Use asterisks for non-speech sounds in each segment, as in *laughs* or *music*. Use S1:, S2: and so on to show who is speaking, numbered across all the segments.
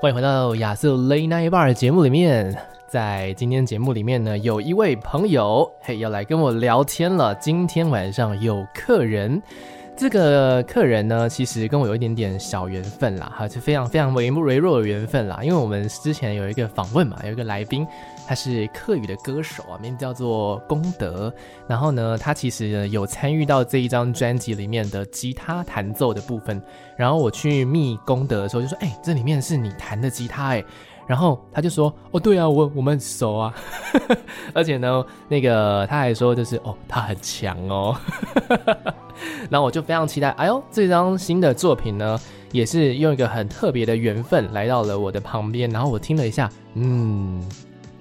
S1: 欢迎回到亚瑟 Late Night Bar 的节目里面。在今天节目里面呢，有一位朋友嘿要来跟我聊天了。今天晚上有客人，这个客人呢，其实跟我有一点点小缘分啦，哈，就非常非常微微弱的缘分啦。因为我们之前有一个访问嘛，有一个来宾，他是客语的歌手啊，名字叫做功德。然后呢，他其实呢有参与到这一张专辑里面的吉他弹奏的部分。然后我去密功德的时候就说：“哎、这里面是你弹的吉他哎、然后他就说：“哦，对啊，我我们很熟啊。” *laughs* 而且呢，那个他还说就是哦，他很强哦。 *laughs* 然后我就非常期待，哎呦，这张新的作品呢，也是用一个很特别的缘分来到了我的旁边。然后我听了一下，嗯，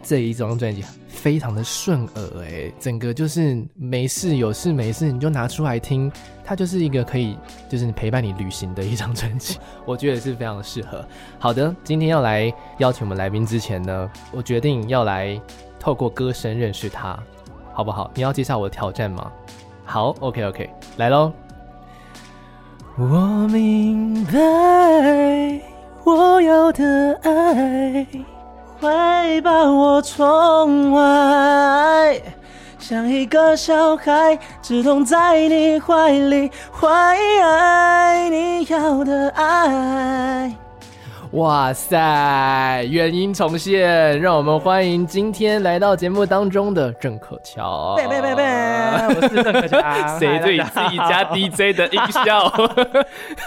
S1: 这一张专辑非常的顺耳哎，整个就是没事有事没事你就拿出来听，它就是一个可以就是陪伴你旅行的一张专辑， *laughs* 我觉得是非常适合。好的，今天要来邀请我们来宾之前呢，我决定要来透过歌声认识他，好不好？你要接下我的挑战吗？好，OK OK，来喽。我明白，我要的爱
S2: 会把我宠坏，像一个小孩，只懂在你怀里怀你要的爱。
S1: 哇塞，原音重现，让我们欢迎今天来到节目当中的郑可乔。。
S2: 贝贝贝贝，我是邓可 *laughs*
S1: *laughs*
S2: 强
S1: 谁对自己加
S2: 低？
S1: DJ 的音效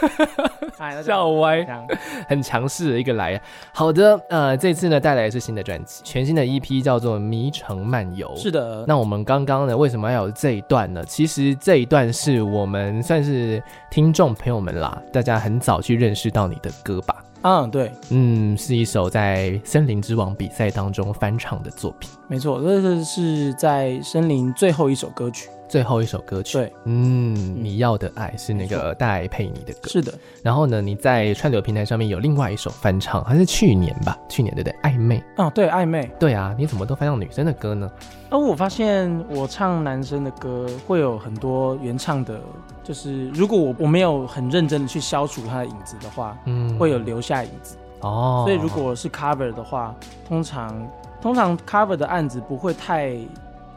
S2: *laughs* 嗨大家
S1: 笑
S2: *laughs* 好
S1: 歪
S2: 这？样
S1: 很强势的一个来。啊好的，呃，这次呢带来的是新的专辑，全新的 EP 叫做《迷城漫游》。
S2: 是的，
S1: 那我们刚刚呢，为什么要有这一段呢？其实这一段是我们算是听众朋友们啦，大家很早去认识到你的歌吧。
S2: 嗯，对，
S1: 嗯，是一首在《森林之王》比赛当中翻唱的作品，
S2: 没错，这个是在森林最后一首歌曲。
S1: 最后一首歌曲。
S2: 对，
S1: 嗯，你要的爱是那个戴佩妮的歌。
S2: 是的，
S1: 然后呢，你在串流平台上面有另外一首翻唱，还是去年吧？去年对不对？暧昧。
S2: 啊，对，暧昧。
S1: 对啊，你怎么都翻唱女生的歌呢？
S2: 而我发现我唱男生的歌会有很多原唱的，就是如果我我没有很认真的去消除他的影子的话，
S1: 嗯，
S2: 会有留下影子。
S1: 哦。
S2: 所以如果是 cover 的话，通常通常 cover 的案子不会太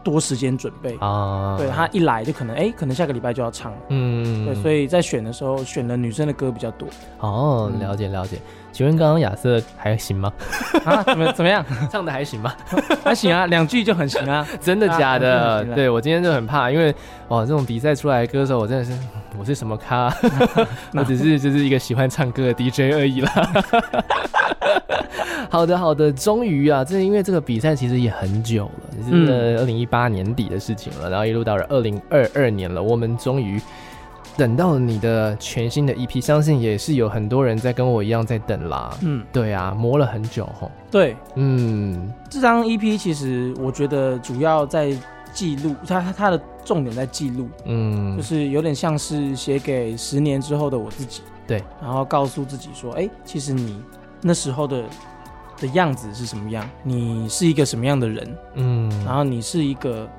S2: 多时间准备，
S1: 啊，
S2: 对他一来就可能哎、诶可能下个礼拜就要唱了。
S1: 嗯，
S2: 对，所以在选的时候选了女生的歌比较多
S1: 哦，
S2: 嗯
S1: 了解了解。请问刚刚亚瑟还行吗？
S2: 啊，怎么怎么样？ *laughs*
S1: 唱的还行吗？
S2: 还行啊，两句就很行啊。
S1: 真的假
S2: 啊
S1: 的？
S2: 真的
S1: 对我今天就很怕，因为哇，这种比赛出来的歌手，我真的是 *laughs* 我是什么咖？ *laughs* 我只是就是一个喜欢唱歌的 DJ 而已啦。 *laughs* 好的，好的，终于啊，这因为这个比赛其实也很久了，
S2: 嗯
S1: 是二零一八年底的事情了，然后一路到了二零二二年了，我们终于等到了你的全新的 EP，相信也是有很多人在跟我一样在等啦。
S2: 嗯，
S1: 对啊，磨了很久吼。
S2: 对，
S1: 嗯，
S2: 这张 EP 其实我觉得主要在记录，它它它的重点在记录，
S1: 嗯，
S2: 就是有点像是写给十年之后的我自己。
S1: 对，
S2: 然后告诉自己说，哎、其实你那时候的的样子是什么样，你是一个什么样的人，
S1: 嗯，
S2: 然后你是一个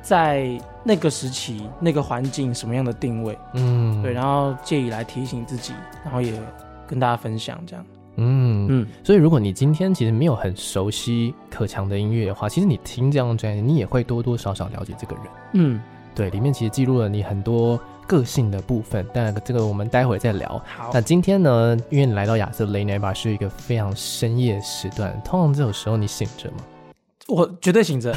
S2: 在那个时期、那个环境什么样的定位，
S1: 嗯，
S2: 啊对，然后借以来提醒自己，然后也跟大家分享这样。
S1: 嗯，
S2: 嗯，
S1: 所以如果你今天其实没有很熟悉可强的音乐的话，其实你听这张专辑，你也会多多少少了解这个人。
S2: 嗯，
S1: 对，里面其实记录了你很多个性的部分，但这个我们待会再聊。
S2: 好
S1: 那，今天呢，因为你来到亚瑟雷奈吧是一个非常深夜时段，通常这种时候你醒着吗？
S2: 我绝
S1: *laughs*
S2: 对醒着，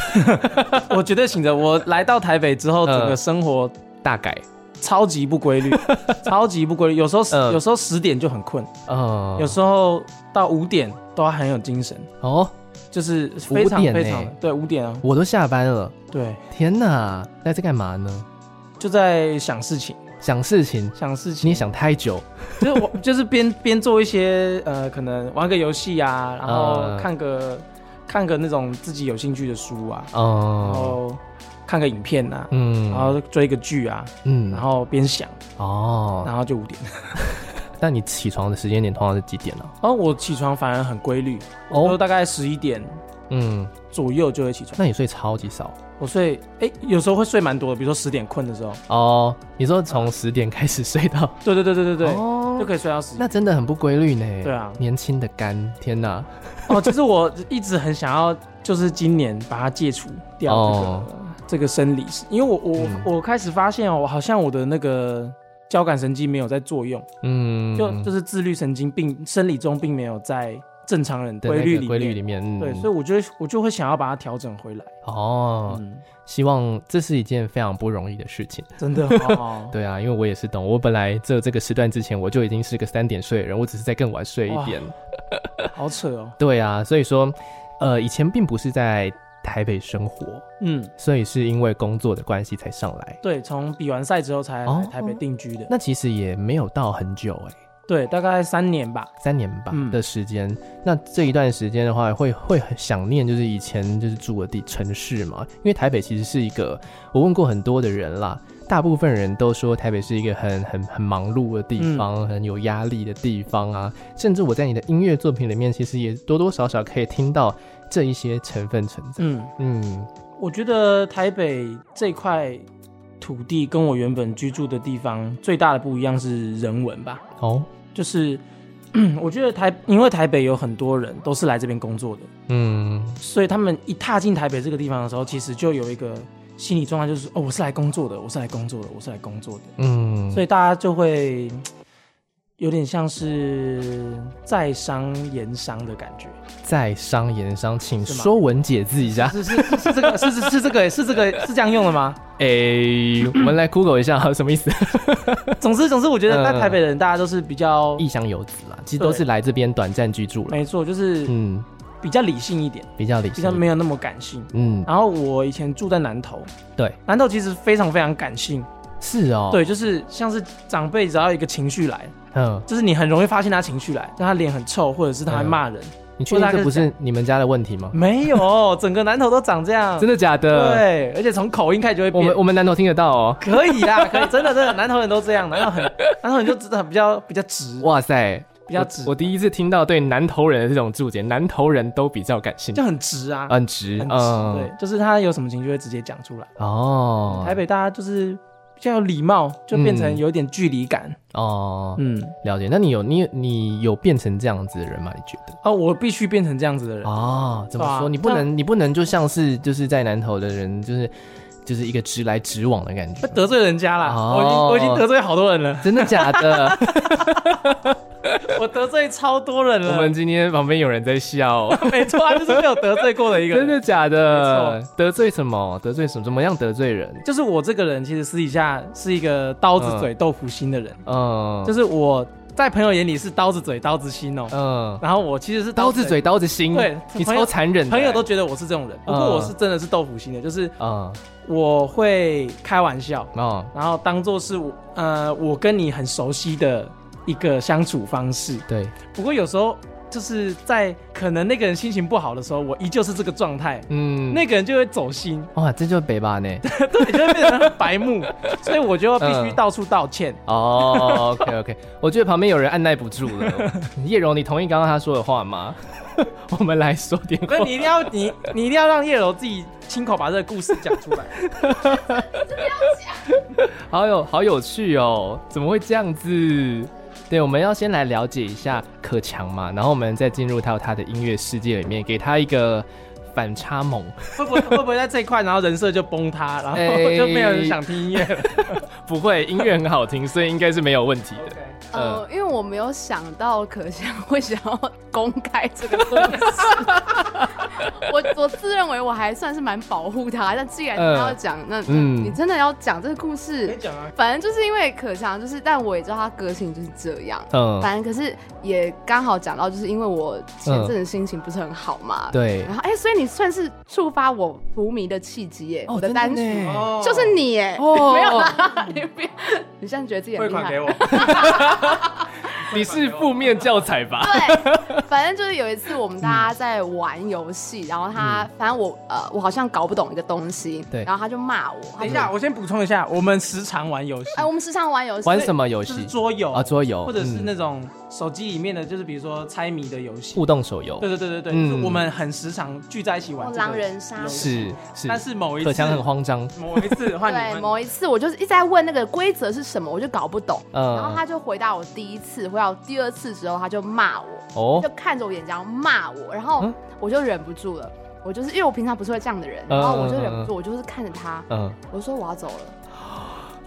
S2: 我绝对醒着。我来到台北之后，整个
S1: 嗯
S2: 生活
S1: 大概，
S2: 超级不规律，超级不规律。有时候十
S1: 嗯
S2: 有时候十点就很困，
S1: 嗯，
S2: 有时候到五点都还很有精神，
S1: 哦，
S2: 就是非常
S1: 五点欸
S2: 非常对五点啊，
S1: 我都下班了，
S2: 对，
S1: 天哪，那在干嘛呢？
S2: 就在想事情，
S1: 想事情，
S2: 想事情，
S1: 你想太久，
S2: 就是我 *laughs* 就是边边做一些呃，可能玩个游戏啊，然后
S1: 嗯
S2: 看个、看个那种自己有兴趣的书啊，然
S1: 哦，
S2: 后看个影片啊，
S1: 嗯，
S2: 然后追个剧啊，
S1: 嗯，
S2: 然后边想，
S1: 哦，
S2: 然后就五点。 *laughs*
S1: 那你起床的时间点通常是几点呢、
S2: 然后哦我起床反而很规律，我都
S1: 哦，
S2: 大概十一点
S1: 嗯，
S2: 左右就会起床。
S1: 那你睡超级少
S2: 我睡哎、有时候会睡蛮多的，比如说十点困的时候，
S1: 哦。你说从十点开始睡到，
S2: 对对对 *laughs* 对对对，就
S1: 哦，
S2: 可以睡到十。
S1: 那真的很不规律呢。
S2: 对啊
S1: 年轻的肝，天哪！
S2: *laughs* 哦，其实我一直很想要，就是今年把它戒除掉这个、
S1: 哦
S2: 这个生理，因为我我、
S1: 嗯
S2: 我开始发现哦，我好像我的那个交感神经没有在作用，
S1: 嗯，
S2: 就就是是自律神经并生理钟并没有在正常人
S1: 规
S2: 规律
S1: 律
S2: 里面。
S1: 规律里面，嗯
S2: 对，所以我就会我就会想要把它调整回来。
S1: 哦，
S2: 嗯，
S1: 希望这是一件非常不容易的事情。
S2: 真
S1: *laughs*，
S2: 的哦
S1: 对啊，因为我也是懂，我本来只有这个时段之前我就已经是个三点睡的人，我只是在更晚睡一点。
S2: 好扯哦。
S1: 对啊，所以说，呃，以前并不是在台北生活，
S2: 嗯，
S1: 所以是因为工作的关系才上来。
S2: 对，从比完赛之后才
S1: 哦
S2: 来台北定居的。
S1: 那其实也没有到很久哎、
S2: 对，大概三年吧。
S1: 三年吧
S2: 嗯
S1: 的时间。那这一段时间的话，会会很想念，就是以前就是住的地城市嘛，因为台北其实是一个，我问过很多的人啦，大部分人都说台北是一个很很很忙碌的地
S2: 嗯
S1: 方，很有压力的地方啊。甚至我在你的音乐作品里面，其实也多多少少可以听到这一些成分存在。
S2: 嗯，
S1: 嗯
S2: 我觉得台北这块土地跟我原本居住的地方最大的不一样是人文吧，
S1: 哦，
S2: 就是 *clears throat* 我觉得台，因为台北有很多人都是来这边工作的，
S1: 嗯，
S2: 所以他们一踏进台北这个地方的时候，其实就有一个心理状态，就是哦，我是来工作的，我是来工作的，我是来工作的，
S1: 嗯，
S2: 所以大家就会有点像是在商言商的感觉。
S1: 在商言商，请
S2: 是吗
S1: 说文解字一下。
S2: 啊是是是是这个是是是这个是这个是这样用的吗？
S1: 诶、我 *clears throat* 们来 Google 一下啊，什么意思？
S2: 总之总之，我觉得在
S1: 嗯
S2: 台北的人大家都是比
S1: *laughs*
S2: 较
S1: 异乡游子啦，其实都是来这边短暂居住了。
S2: 没错，就是
S1: 嗯，
S2: 比较理性一点，
S1: 比较理
S2: 比较
S1: 性。
S2: 没有那么感性。
S1: 嗯，
S2: 然后我以前住在南投，
S1: 对，
S2: 南投其实非常非常感性，
S1: 是哦。，
S2: 对，就是像是长辈只要有一个情绪来，
S1: 嗯，
S2: 就是你很容易发现他情绪来，但他脸很臭，或者是他还
S1: 嗯
S2: 骂人，
S1: 你确定这不是你们家的问题吗？
S2: 没有，整个南投都长这样
S1: 真，的假的？
S2: 对，而且从口音开始就会
S1: 我
S2: 变
S1: 们。我们南头听得到哦。
S2: 可以啦，可以，真的真的，南投人都这样，南投很，南投人就真的比较比较直，
S1: 哇塞，
S2: 比较直
S1: 我。我第一次听到对南头人的这种注解，南头人都比较感性
S2: 就，很直啊，
S1: 很直，
S2: 很直，
S1: 嗯，
S2: 对，就是他有什么情绪会直接讲出来。
S1: 哦，
S2: 台北大家就是比较有礼貌，就变
S1: 嗯
S2: 成有点距离感。
S1: 哦，
S2: 嗯，
S1: 了解。那你有你你有变成这样子的人吗？你觉得？
S2: 哦，我必须变成这样子的人。
S1: 哦，怎么
S2: 对
S1: 说？
S2: 啊
S1: 你不
S2: 那
S1: 能，你不能就像是就是在南投的人，就是就是一个直来直往的感觉
S2: 会。 *laughs* 得罪人家啦，
S1: 哦，
S2: 我已经我已经得罪好多人了
S1: 真的假的？
S2: 我得罪超多人
S1: 我
S2: 了。
S1: 们今天旁边有人在笑哦，
S2: *laughs* 没错啊，就是没有得罪过的一个
S1: 真 *laughs*
S2: 人。
S1: 的假的
S2: 没？
S1: 得罪什么？得罪什么？怎么样得罪人？
S2: 就是我这个人，其实私底下是一个刀子嘴豆腐心的人，
S1: 嗯，
S2: 就是我在朋友眼里是刀子嘴刀子心哦，
S1: 嗯，
S2: 然后我其实是
S1: 刀子，嘴刀子心，
S2: 对
S1: 你
S2: 朋友
S1: 超残忍的欸，
S2: 朋友都觉得我是这种人，不过
S1: 嗯
S2: 我是真的是豆腐心的，就是
S1: 嗯
S2: 我会开玩笑，
S1: 哦
S2: 然后当做是我呃我跟你很熟悉的一个相处方式。
S1: 对，
S2: 不过有时候就是在可能那个人心情不好的时候，我依旧是这个状态，
S1: 嗯，
S2: 那个人就会走心，
S1: 哇，这就是北吧呢？
S2: 对，就会变成很白目，所以我就必须到处道歉。
S1: 哦，OK
S2: *laughs*
S1: OK，我觉得旁边有人按耐不住了。叶柔，你同意刚刚他说的话吗？ *laughs* 我们来说点
S2: 所以你一定要你你一定要让叶柔自己亲口把这个故事讲出来。
S1: 好有好有趣哦，怎么会这样子？对，我们要先来了解一下可强嘛，然后我们再进入到他的音乐世界里面，给他一个反差 *laughs* 萌。
S2: 会不会会不会在这一块，然后人设就崩塌，然后
S1: 哎
S2: 就没有人想听音乐了？
S1: 不会，音乐很好听，所以应该是没有问题的。呃
S3: 呃，因为我没有想到可香会想要公开这个故事，我 *laughs* 我自认为我还算是蛮保护他，但既然
S1: 呃
S3: 他要讲，那
S1: 嗯
S3: 嗯，你真的要讲这个故
S2: 可以
S3: 事，
S2: 讲啊，
S3: 反正就是因为可香，就是但我也知道他个性就是这样，
S1: 嗯，
S3: 反正可是也刚好讲到，就是因为我前阵子心情不是很好嘛，
S1: 对
S3: 然，后哎、所以你算是触发我浮迷的契机耶，我的单曲
S1: 哦呢，
S2: 哦
S3: 就是你耶，
S1: 哦
S3: *laughs* 没有啦，你不要，你现在觉得自己
S2: 汇
S3: 很厉
S2: 款
S3: 害
S2: 给。我，
S1: 你是负面教材
S2: *laughs*
S1: 吧？
S3: 对，反正就是有一次我们大家在玩游戏，然后他，反正我呃，我好像搞不懂一个东西，
S1: 嗯对
S3: 然后他就骂我，他
S2: 等一
S3: 就
S2: 下，我先补充一下，我们时常玩游戏，
S3: 哎，我们时常玩游戏，
S1: 玩什么游
S2: 就是
S1: 戏？
S2: 桌游
S1: 啊，桌游，
S2: 或者是
S1: 嗯
S2: 那种手机里面的，就是比如说猜谜的游戏。
S1: 互动手游
S2: 对，对对对对，
S1: 嗯
S2: 就是我们很时常聚在一起玩
S3: 哦
S2: 这个
S3: 狼人杀
S2: 游戏
S1: 是是，
S2: 但是某一次
S1: 可强很慌张，
S2: 某一次换你
S3: 对，
S2: 们，
S3: 某一次我就是一直在问那个规则是什么，我就搞不懂。
S1: 嗯
S3: 然后他就回答我第一次，回答我第二次之后，他就骂我，
S1: 哦
S3: 就，看着我眼睛然后骂我，然后
S1: 嗯
S3: 我就忍不住了。我就是因为我平常不是会这样的人，
S1: 嗯
S3: 然后我就忍不住，我就是看着他，
S1: 嗯，
S3: 我就说我要走了，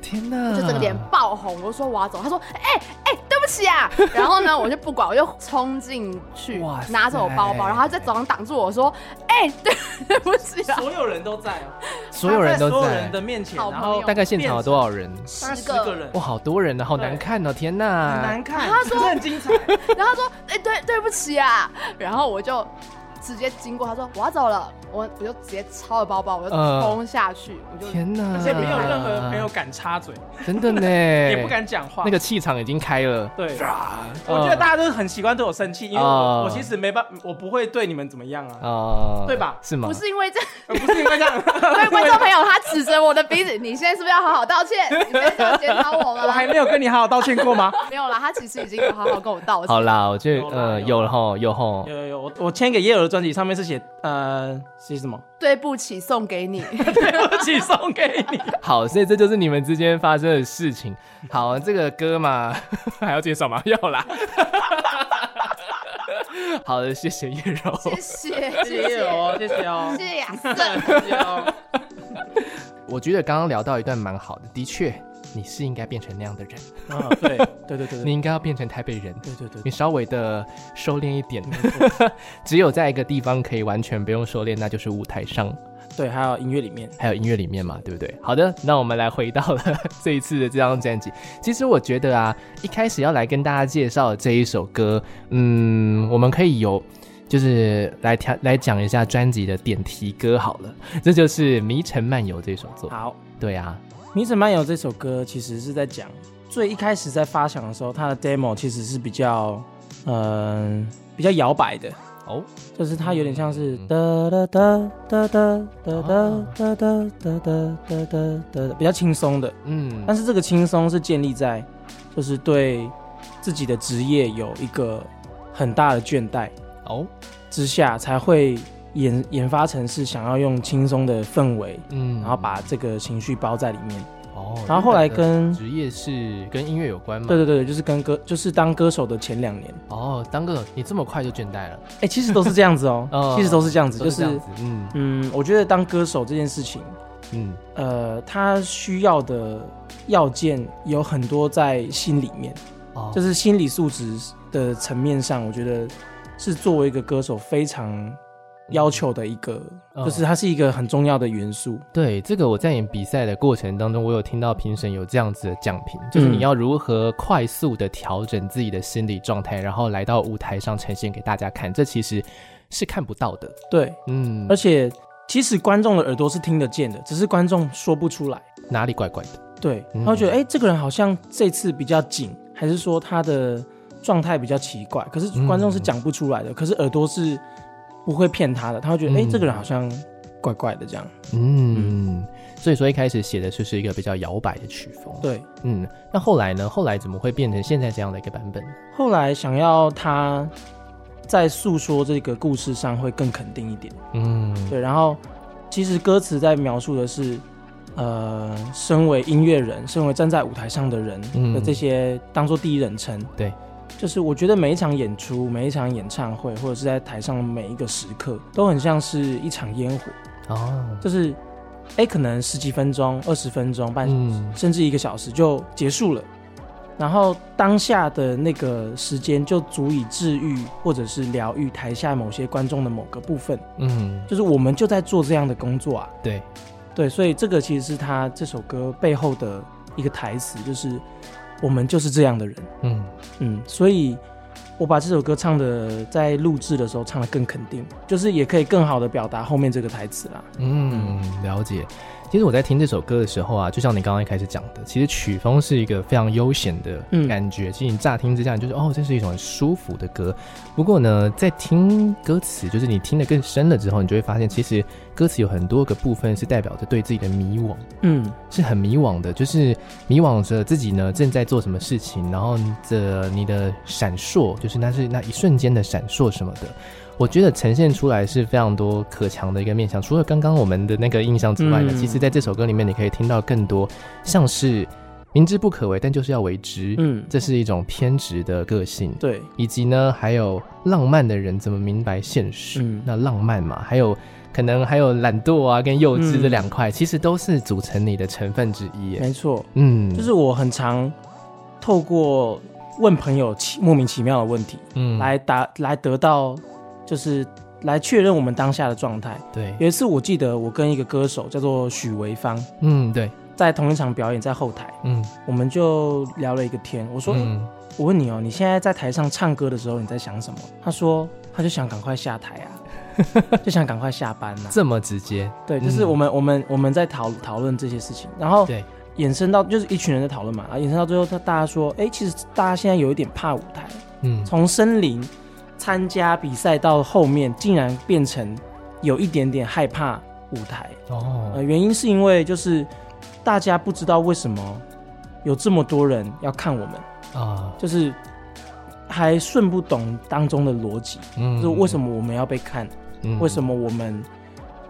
S1: 天
S3: 我
S1: 哪，
S3: 就整个脸爆红，我就说我要走，他说哎哎、对不起啊，然后呢我就不管，我就冲进去
S1: 哇塞
S3: 拿着我包包，然后他在走廊挡住我说哎、对 *laughs* 对不起啊，
S2: 所有人都在哦，
S1: *laughs* 所有人
S2: 所
S1: 都
S2: 有
S1: 在
S2: 人，的面前，
S3: 好
S2: 然后
S3: 朋友
S1: 大概现场有多少人？
S2: 大概十
S3: 十
S2: 个
S3: 个
S2: 人，
S1: 哇，好多人呢，好难看哦，天
S2: 很
S1: 哪，
S2: 难看，
S3: 他
S2: 可是
S1: *laughs*
S2: 很精彩，
S1: 嗯
S3: 然后他说：“哎、对，对不起啊。”然后我就直接经过，他说：“我要走了。我”我就直接抄了包包，我就
S1: 嗯
S3: 冲下去，我就
S1: 天哪，
S2: 而且没有任何朋友敢插嘴，
S1: 真的呢，
S2: *laughs* 也不敢讲话。
S1: 那个气场已经开了， *laughs*
S2: 对，
S1: 嗯
S2: 我觉得大家都很习惯对我生气，因为
S1: 哦
S2: 我我其实没办，我不会对你们怎么样啊，
S1: 哦，
S2: 对吧
S1: 是吗
S3: 不？是因为这， *laughs*
S2: 呃不是因为这样， *laughs*
S3: 各位观众朋友，他指着我的鼻子，你现在是不是要好好道歉？你现在是要检讨我
S2: 我
S3: 吗？
S2: 还没有跟你好好道歉过吗？
S3: 没有啦，他其实已经有好好跟我道歉。
S1: 好啦，我觉得
S2: 有啦
S1: 呃有
S2: 有
S1: 了吼，有吼
S2: 有，有有，我我签给叶儿的专辑上面是写呃写什么？
S3: 对不起，送
S1: *laughs*
S3: 给你。
S2: 对不起，送给你。
S1: 好，所以这就是你们之间发生的事情。好，这个歌嘛， *laughs* 还要介绍吗？ *laughs* 要啦。好的，谢谢叶柔。
S3: 谢谢，
S2: 谢
S3: 谢
S2: 谢
S3: 谢，
S2: 哦，谢谢哦
S3: 谢，谢亚瑟。
S2: 谢谢哦。
S1: 我觉得刚刚聊到一段蛮好的，的确，你是应该变成那样的人，
S2: 啊，对对对对
S1: 你
S2: 对，
S1: 应该要变成台北人，
S2: 对对对
S1: 你
S2: 对，
S1: 稍微的收敛一
S2: *laughs*
S1: 点。只有在一个地方可以完全不用收敛，那就是舞台上，
S2: 对，还有音乐里面，
S1: 还有音乐里面嘛，对不对？好的，那我们来回到了 *laughs* 这一次的这张专辑。其实我觉得啊，一开始要来跟大家介绍的这一首歌，嗯，我们可以有。就是来挑来讲一下专辑的点题歌好了， *laughs* 这就是《迷城漫游》这首作。
S2: 好，
S1: 对啊，
S2: 《迷城漫游》这首歌其实是在讲，最一开始在发想的时候，它的 demo 其实是比较，嗯、比较摇摆的，
S1: 哦，
S2: 就是它有点像是
S1: 嗯
S2: 哒哒哒哒哒哒哒哒哒哒哒哒哒哒，比较轻松的。
S1: 嗯，
S2: 但是这个轻松是建立在，就是对自己的职业有一个很大的倦怠
S1: 哦，
S2: 之下，才会研研发成是想要用轻松的氛围，
S1: 嗯
S2: 然后把这个情绪包在里面。
S1: 哦，
S2: 然后后来跟
S1: 职业是跟音乐有关嘛？
S2: 对对对，就是跟歌，就是当歌手的前两年，
S1: *laughs* 哦，当个你这么快就倦怠了，，
S2: 哎、其实都是这样子
S1: *laughs*
S2: 哦
S1: 哦
S2: 其实都是这样子，
S1: 都
S2: 就是
S1: 这
S2: 是
S1: 样子，嗯
S2: 嗯，我觉得当歌手这件事情，
S1: 嗯，
S2: 呃，他需要的要件有很多在心里面，
S1: 哦，
S2: 就是是心理素质的层面上，我觉得是作为一个歌手非常要求的一个，
S1: 嗯
S2: 就是它是一个很重要的元素。
S1: 对这个我在演比赛的过程当中，我有听到评审有这样子的讲评，就是你
S2: 嗯
S1: 要如何快速的调整自己的心理状态，然后来到舞台上呈现给大家看，这其实是看不到的，
S2: 对，
S1: 嗯
S2: 而，且其实观众的耳朵是听得见的，只是观众说不出来。
S1: 哪里怪怪的，
S2: 对，
S1: 嗯
S2: 他会觉得哎、诶这个人好像这次比较紧，还是说他的状态比较奇怪？可是观众是讲不出来的，可是耳朵是不会骗他的，他会觉得哎、诶
S1: 嗯
S2: 这个人好像怪怪的这样。
S1: 嗯，所以说一开始写的就是一个比较摇摆的曲风，，
S2: 对，
S1: 嗯，那后来呢？后来怎么会变成现在这样的一个版本？
S2: 后来想要他在诉说这个故事上会更肯定一点。
S1: 嗯，
S2: 对，然后其实歌词在描述的是，呃，身为音乐人，身为站在舞台上的人
S1: 嗯
S2: 的这些，当做第一人称。
S1: 对，
S2: 就是我觉得每一场演出、每一场演唱会，或者是在台上每一个时刻，都很像是一场烟火，
S1: 哦，
S2: 就是，哎、可能十几分钟、二十分钟、半，
S1: 嗯
S2: 甚至一个小时就结束了。然后当下的那个时间就足以治愈或者是疗愈台下某些观众的某个部分，
S1: 嗯，
S2: 就是我们就在做这样的工作啊。
S1: 对，
S2: 对，所以这个其实是他这首歌背后的一个台词，就是我们就是这样的人。
S1: 嗯
S2: 嗯，所以我把这首歌唱的在录制的时候唱的更肯定，就是也可以更好的表达后面这个台词啦。
S1: 嗯，了解。其实我在听这首歌的时候啊，就像你刚刚一开始讲的，其实曲风是一个非常悠闲的
S2: 嗯
S1: 感觉。其实你乍听之下，你就是哦，这是一种很舒服的歌。不过呢，在听歌词，就是你听得更深了之后，你就会发现，其实歌词有很多个部分是代表着对自己的迷惘。
S2: 嗯
S1: 是很迷惘的，就是迷惘着自己呢正在做什么事情，然后这你的闪烁，就是那是那一瞬间的闪烁什么的。我觉得呈现出来是非常多可强的一个面向。除了刚刚我们的那个印象之外呢，
S2: 嗯
S1: 其实在这首歌里面，你可以听到更多像是明知不可为，但就是要为之，
S2: 嗯，
S1: 这是一种偏执的个性。
S2: 对，
S1: 以及呢，还有浪漫的人怎么明白现实？
S2: 嗯
S1: 那浪漫嘛，还有可能还有懒惰啊，跟幼
S2: 嗯
S1: 稚这两块，其实都是组成你的成分之一耶。
S2: 没错，
S1: 嗯，
S2: 就是我很常透过问朋友奇莫名其妙的问题
S1: 嗯
S2: 来答来得到，就是来确认我们当下的状态。
S1: 对，
S2: 有一次我记得我跟一个歌手叫做许维芳，
S1: 嗯对，
S2: 在同一场表演在后台，
S1: 嗯
S2: 我们就聊了一个天。我说，
S1: 嗯
S2: 我问你哦，你现在在台上唱歌的时候，你在想什么？他说，他就想赶快下台啊，
S1: *laughs*
S2: 就想赶快下班呐、
S1: 这么直接，
S2: 对，就是
S1: 嗯
S2: 我们、我们我们在讨讨论这些事情，然后
S1: 对，
S2: 衍生到就是一群人在讨论嘛，然后衍生到最后，他大家说，哎，其实大家现在有一点怕舞台，
S1: 嗯
S2: 从森林参加比赛到后面，竟然变成有一点点害怕舞台。呃，
S1: 哦，
S2: 原因是因为就是大家不知道为什么有这么多人要看我们。
S1: 啊，
S2: 就是还顺不懂当中的逻辑，
S1: 嗯
S2: 就是为什么我们要被看？为什
S1: 么？
S2: 么我们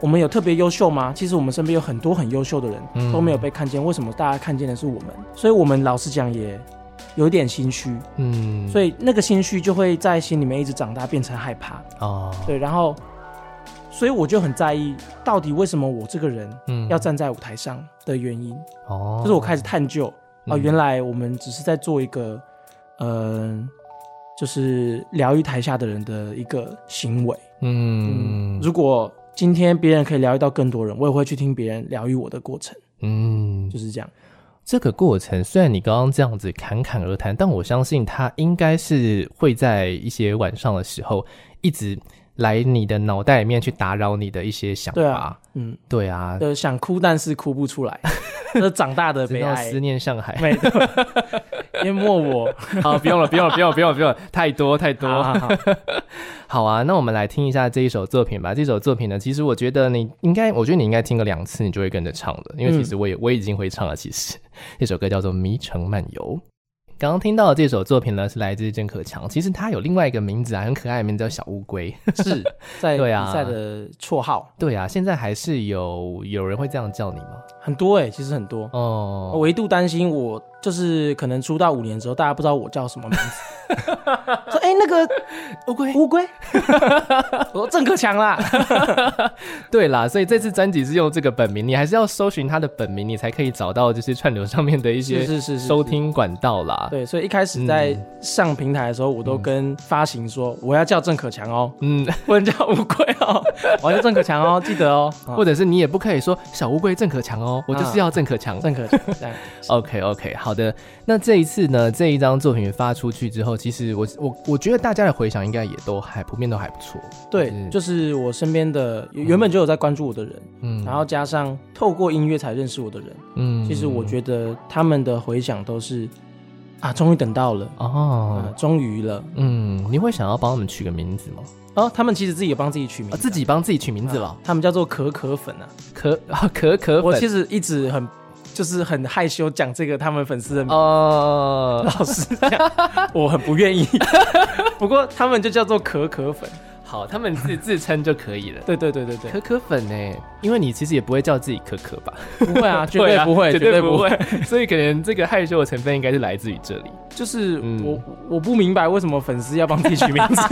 S2: 我们有特别优秀吗？其实我们身边有很多很优秀的
S1: 嗯
S2: 人都没有被看见，为什么大家看见的是我们？所以我们老实讲也有点心虚，
S1: 嗯，
S2: 所
S1: 以
S2: 以那个心虚就会在心里面一直长大，变成害怕。
S1: 哦，
S2: 对，然后所以我就很在意，到底为什么我这个人
S1: 嗯
S2: 要站在舞台上的原因。
S1: 哦，
S2: 就是我开始探究啊、
S1: 嗯
S2: 原来我们只是在做一个，呃，就是疗愈台下的人的一个行为。
S1: 嗯
S2: 如果今天别人可以疗愈到更多人，我也会去听别人疗愈我的过程，
S1: 嗯
S2: 就是这样。
S1: 这个过程，虽然你刚刚这样子侃侃而谈，但我相信它应该是会在一些晚上的时候，一直来你的脑袋里面去打扰你的一些想法。
S2: 对啊，嗯，
S1: 对啊，
S2: 呃，想哭但是哭不
S1: *laughs*
S2: 出来，这是长大的
S1: 直
S2: 悲
S1: 到
S2: 哀
S1: 思，念上海。 *laughs*
S2: 美的 *laughs* 淹没我。
S1: 好，哦不用了，不用了，不用了，不用了，不 *laughs* 用了，太多太多。
S2: 好好好，
S1: 啊好啊，那我们来听一下这一首作品吧。这首作品呢，其实我觉得你应该，我觉得你应该听个两次，你就会跟着唱了，因为其实我也、我已经会唱了。其实这首歌叫做《迷城漫游》。刚刚听到的这首作品呢，是来自郑可强。其实他有另外一个名字啊，很可爱的名字叫小乌龟。
S2: 是在
S1: 对啊
S2: 比赛的绰号
S1: *laughs* 对啊，现在还是有有人会这样叫你吗？
S2: 很多哎、其实很多。
S1: 哦，
S2: 我一度担心我就是可能出道五年之后，大家不知道我叫什么名字。
S1: *laughs*
S2: 说哎、那个
S1: 乌龟 *laughs*
S2: 乌龟，我说郑克强啦。
S1: 对啦，所以这次专辑是用这个本名，你还是要搜寻他的本名，你才可以找到就是串流上面的一
S2: 是
S1: 些
S2: 是是是
S1: 收。听管道啦。
S2: 对，所以一开始在
S1: 嗯
S2: 上平台的时候，我都跟发行说我要叫郑可强 *laughs* 哦，
S1: 嗯，
S2: 不能叫乌龟哦， *laughs* 我要叫郑可强哦，记得哦，啊
S1: 或者是你也不可以说小乌龟郑可强哦，我就是要郑可强。
S2: 郑可强这样。
S1: OK OK，好的。那这一次呢，这一张作品发出去之后，其实我我我觉得大家的回响应该也都还普遍都还不错。
S2: 对，就是我身边的原本就有在关注我的人，
S1: 嗯
S2: 然后加上透过音乐才认识我的人，
S1: 嗯
S2: 其实我觉得他们的回响都是啊，终于等到了，啊
S1: 哦，，
S2: 终于了。
S1: 嗯，你会想要帮我们取个名字吗？
S2: 哦，他们其实自己也帮自己取名
S1: 啊，
S2: 字，
S1: 自己帮自己取名字了
S2: 啊，他们叫做可可粉啊。
S1: 可啊可可
S2: 我
S1: 粉
S2: 其实一直很就是很害羞讲这个他们粉丝的名字，
S1: 哦，
S2: *laughs* 老实讲，我很不愿意。 *laughs* 不过他们就叫做可可粉，
S1: 好，他们自自称就可以了。
S2: 对对对对对，
S1: 可可粉呢？因为你其实也不会叫自己可可吧？
S2: 不会 *laughs*
S1: *laughs*
S2: 啊，绝对
S1: 啊
S2: 不会，
S1: 绝
S2: 绝
S1: 对
S2: 不
S1: 不
S2: 会。
S1: 会。 *laughs* 所以可能这个害羞的成分应该是来自于这里。
S2: 就是
S1: 嗯
S2: 我我不明白为什么粉丝要帮
S1: *laughs*
S2: 自己取名字，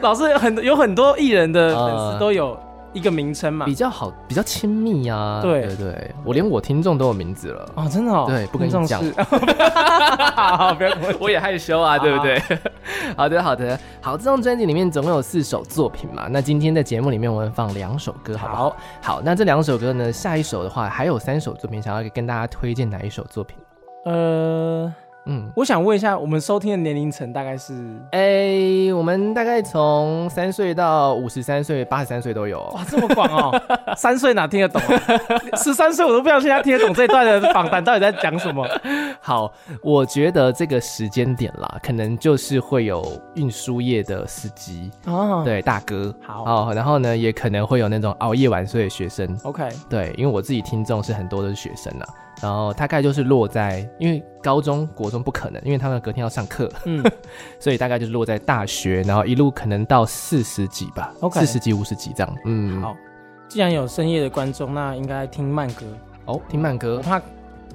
S2: 老是很有很多艺人的粉
S1: 啊
S2: 丝都有。一个名称嘛
S1: 比。较好，比较亲密呀、
S2: 对
S1: 对对，我连我听众都有名字了，
S2: 哦，真的哦，
S1: 对不跟你
S2: 听众
S1: 讲
S2: 是， *laughs* 好好不要跟 *laughs* 我
S1: 我也害羞 *laughs* 啊，对不
S2: 好
S1: 对？好的，好的，好，这张专辑里面总共有四首作品嘛，那今天在节目里面我们放两首歌，好不好？
S2: 好
S1: 好，那这两首歌呢，下一首的话还有三首作品，想要跟大家推荐哪一首作品？ *laughs*
S2: 呃，
S1: 嗯，
S2: 我想问一下，我们收听的年龄层大概是？
S1: 哎、我们大概从三岁到五十三岁、八十三岁都有。
S2: 哇，这么广
S1: *laughs*
S2: 哦！三岁哪听得懂、啊？十三岁我都不相信他听得懂这段的访谈到底在讲什么。
S1: 好，我觉得这个时间点啦，可能就是会有运输业的司机，
S2: 哦，
S1: 对大哥，
S2: 好
S1: 哦，然后呢，也可能会有那种熬夜晚睡的学生，
S2: ，OK，
S1: 对，因为我自己听众是很多都是学生啦，然后大概就是落在，因为高中、国中不可能，因为他们隔天要上课， *laughs*
S2: 嗯，
S1: 所以大概就是落在大学，然后一路可能到四十几吧
S2: OK
S1: 四十几、五十几这样，嗯，
S2: 好。既然有深夜的观众，那应该听慢歌。
S1: 哦，听慢
S2: 我
S1: 歌，
S2: 怕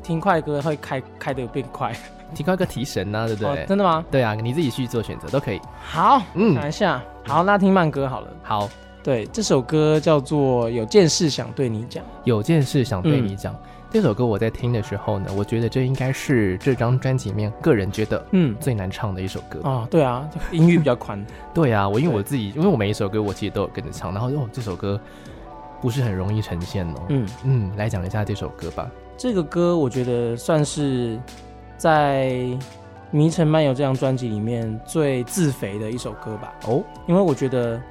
S2: 听快歌会开开的变快。
S1: 提高一个提神呐、对不对？
S2: 哦真的吗？
S1: 对啊，你自己去做选择都可以。
S2: 好，
S1: 嗯
S2: 想一下。好，那听慢歌好了。
S1: 好，
S2: 对，这首歌叫做《有件事想对你讲》。
S1: 有件事想对你
S2: 嗯
S1: 讲，这首歌我在听的时候呢，我觉得这应该是这张专辑里面个人觉得
S2: 嗯，
S1: 最难唱的一首歌。
S2: 哦，对啊，音域比较宽。
S1: 对啊，我因为
S2: 对
S1: 我自己，因为我每一首歌我其实都有跟着唱，然后哦，这首歌不是很容易呈现哦。嗯
S2: 嗯，
S1: 来讲一下这首歌吧。
S2: 这个歌我觉得算是在《迷城漫游》这张专辑里面最自肥的一首歌吧，
S1: 哦，
S2: 因为我觉得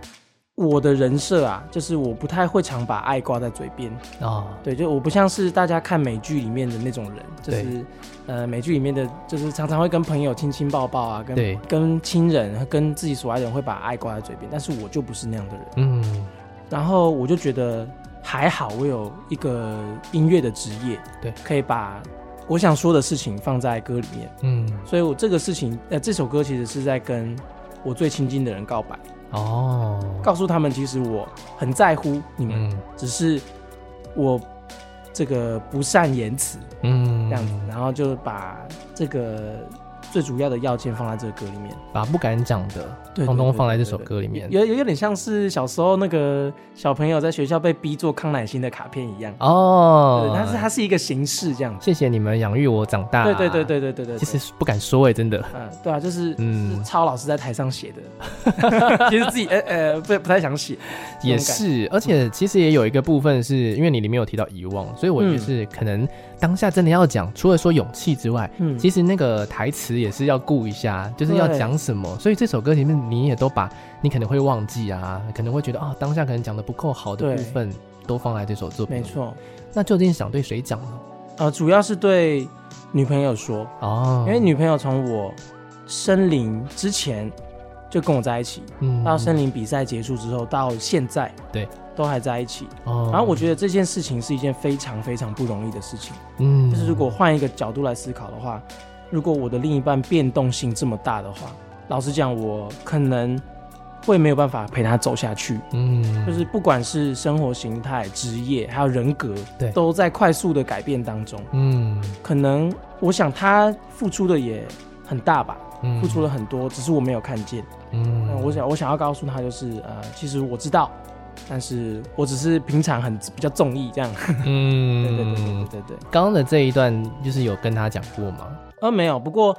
S2: 我的人设啊，就是我不太会常把爱挂在嘴边，
S1: 啊，
S2: 对，就我不像是大家看美剧里面的那种人，就是呃美剧里面的，就是常常会跟朋友亲亲抱抱啊，
S1: 对
S2: 跟跟亲人、跟自己所爱的人会把爱挂在嘴边，但是我就不是那样的人，
S1: 嗯，
S2: 然后我就觉得还好，我有一个音乐的职业，
S1: 对，
S2: 可以把我想说的事情放在歌里面，
S1: 嗯，
S2: 所以我这个事情，呃，这首歌其实是在跟我最亲近的人告白，
S1: 哦，
S2: 告诉他们其实我很在乎你们，
S1: 嗯
S2: 只是我这个不善言辞
S1: 嗯，
S2: 这样子，然后就把这个最主要的要件放在这个歌里面。
S1: 把不敢讲的，
S2: 对
S1: 通通
S2: 对对
S1: 放在这
S2: 对
S1: 首
S2: 对
S1: 歌里面。
S2: 有有有点像是小时候那个小朋友在学校被逼做康乃馨的卡片一样，
S1: 哦
S2: 对，，但是它是一个形式这样子。
S1: 谢谢你们养育我长大。
S2: 对对对，对对对对，
S1: 其
S2: 对
S1: 实不敢说哎，真的。
S2: 嗯，对啊，就是
S1: 嗯
S2: 嗯，抄老师在台上写
S1: *laughs*
S2: 的，其实自己呃呃不不太想写，这种
S1: 也
S2: 感
S1: 是，而且其实也有一个部分是因为你里面有提到遗忘，所以我觉得
S2: 嗯
S1: 是可能当下真的要讲，除了说勇气之外，
S2: 嗯，
S1: 其实那个台词也是要顾一下，就是要
S2: 对
S1: 讲什么。所以这首歌里面你也都把你可能会忘记啊，可能会觉得啊、当下可能讲的不够好的
S2: 对
S1: 部分都放在这首作品。
S2: 没，错，
S1: 那究竟想对谁讲呢？
S2: 呃，主要是对女朋友说，
S1: 哦，
S2: 因为女朋友从我森林之前就跟我在一起，
S1: 嗯
S2: 到森林比赛结束之后到现在，
S1: 对，
S2: 都还在一起。
S1: 哦
S2: 然后我觉得这件事情是一件非常非常不容易的事情，
S1: 嗯
S2: 就是如果换一个角度来思考的话，如果我的另一半变动性这么大的话，老实讲，我可能会没有办法陪他走下去。
S1: 嗯
S2: 就是不管是生活形态、职业，还有人格，
S1: 对
S2: 都在快速的改变当中。
S1: 嗯
S2: 可能我想他付出的也很大吧，
S1: 嗯
S2: 付出了很多，只是我没有看见。那
S1: 嗯
S2: 我想我想要告诉他就是，呃，其实我知道，但是我只是平常很比较中意这样。 *laughs*
S1: 嗯
S2: 对对对对对对对。
S1: 刚刚的这一段就是有跟他讲过吗？
S2: 呃，没有，不过